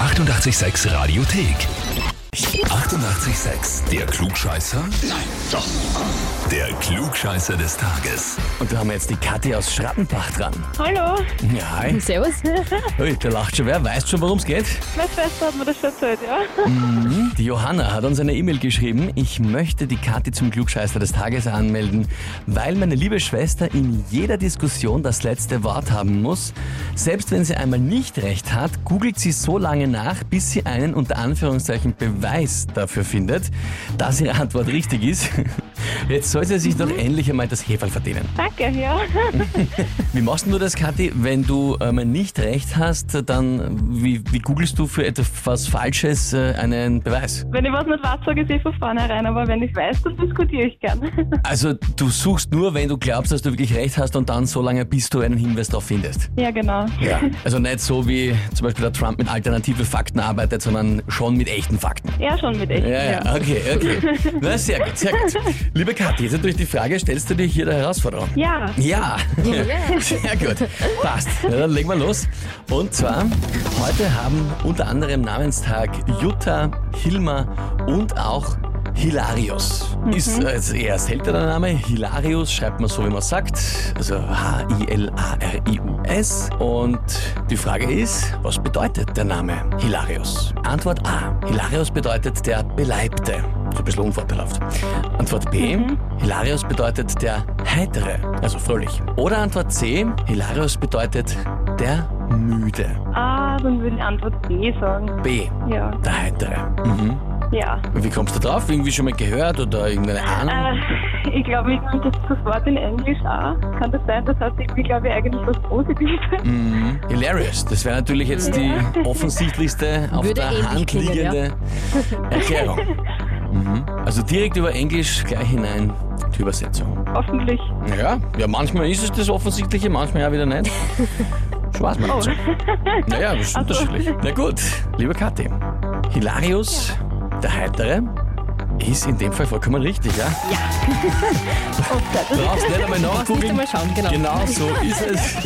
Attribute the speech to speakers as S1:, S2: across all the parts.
S1: 886 Radiothek. 88,6. Der Klugscheißer? Nein, doch. Der Klugscheißer des Tages.
S2: Und da haben wir jetzt die Kathi aus Schrattenbach dran.
S3: Hallo,
S2: Ja, hi.
S4: Servus.
S2: Ui, da lacht schon wer. Weißt schon, worum es geht?
S3: meine Schwester hat mir das schon erzählt, ja.
S2: Die Johanna hat uns eine E-Mail geschrieben. Ich möchte die Kathi zum Klugscheißer des Tages anmelden, weil meine liebe Schwester in jeder Diskussion das letzte Wort haben muss. Selbst wenn sie einmal nicht recht hat, googelt sie so lange nach, bis sie einen unter Anführungszeichen Beweis dafür findet, dass ihre Antwort richtig ist. Jetzt soll sie sich doch endlich einmal das Heferl verdienen.
S3: Danke, ja.
S2: Wie machst denn du das, Kathi? Wenn du ähm, nicht recht hast, dann wie, wie googelst du für etwas Falsches äh, einen Beweis?
S3: Wenn ich was nicht weiß, sage ich es eh von vornherein, aber wenn ich weiß, dann diskutiere ich gern.
S2: Also du suchst nur, wenn du glaubst, dass du wirklich recht hast und dann so lange, bis du einen Hinweis darauf findest.
S3: ja, genau.
S2: Ja. Also nicht so wie zum Beispiel der Trump mit alternativen Fakten arbeitet, sondern schon mit echten Fakten.
S3: Ja, schon mit echt.
S2: Ja, ja, okay, okay. Na, sehr gut, sehr gut. Liebe Kathi, jetzt natürlich die Frage, stellst du dich hier der Herausforderung?
S3: Ja.
S2: Ja,
S4: Ja.
S2: sehr gut. Passt. Na, dann legen wir los. Und zwar, heute haben unter anderem Namenstag Jutta, Hilma und auch Hilarius. Ist als eher seltener Name. Hilarius schreibt man so, wie man sagt. Also H-I-L-A-R-I-U-S. Und die Frage ist, was bedeutet der Name Hilarius? Antwort A. Hilarius bedeutet der Beleibte. So ein bisschen unvorteilhaft. Antwort B. Hilarius bedeutet der Heitere, also fröhlich. Oder Antwort C. Hilarius bedeutet der Müde.
S3: Ah, dann würde ich Antwort B sagen.
S2: B.
S3: Ja,
S2: Der Heitere. Mhm.
S3: ja.
S2: Wie kommst du drauf? Irgendwie schon mal gehört oder irgendeine Ahnung?
S3: Äh, ich glaube, ich meine das, das Wort in Englisch auch. Kann das sein? Das hat irgendwie, glaube ich, eigentlich was Positives.
S2: Mhm. Hilarious. Das wäre natürlich jetzt die offensichtlichste auf
S4: Würde ähnlich
S2: der Hand
S4: klingen,
S2: liegende Erklärung. Mhm. Also direkt über Englisch gleich hinein die Übersetzung.
S3: Hoffentlich.
S2: Ja, ja, manchmal ist es das Offensichtliche, manchmal auch wieder nicht. Spaß mal dazu.
S4: Oh.
S2: Naja, das ist
S3: Ach so.
S2: unterschiedlich. Na gut, liebe Kathi. Hilarius, der Heitere, ist in dem Fall vollkommen richtig, ja? Brauchst nicht einmal
S4: Nicht
S2: nachgoogeln.
S4: einmal schauen, genau.
S2: Genau so ist es.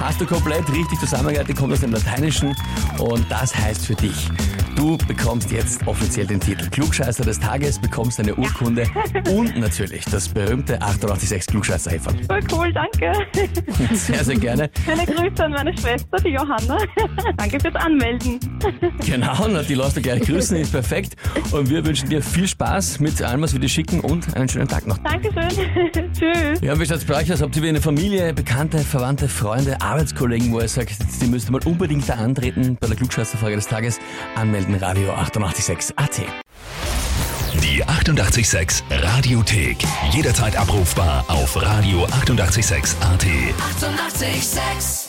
S2: Hast du komplett richtig zusammengehalten, kommt aus dem Lateinischen und das heißt für dich, du bekommst jetzt offiziell den Titel Klugscheißer des Tages, bekommst eine Urkunde und natürlich das berühmte 886 klugscheißer -Häferl.
S3: Voll cool, danke.
S2: Sehr, sehr gerne.
S3: Meine Grüße an meine Schwester, die Johanna. danke fürs Anmelden.
S2: Genau, na, die lässt du gleich grüßen, ist perfekt. Und wir wünschen dir viel Spaß mit allem, was wir dir schicken und einen schönen Tag noch.
S3: Dankeschön. Tschüss.
S2: Ja, wie schaut's bei euch aus? Habt ihr wieder eine Familie, Bekannte, Verwandte, Freunde, Arbeitskollegen, wo ihr sagt, die müsst ihr mal unbedingt da antreten bei der Klugscheißerfrage des Tages? Anmelden, Radio 886 AT.
S1: Die 88,6 Radiothek. Jederzeit abrufbar auf radio886.at. 88,6.
S5: Eighty-eight, sex.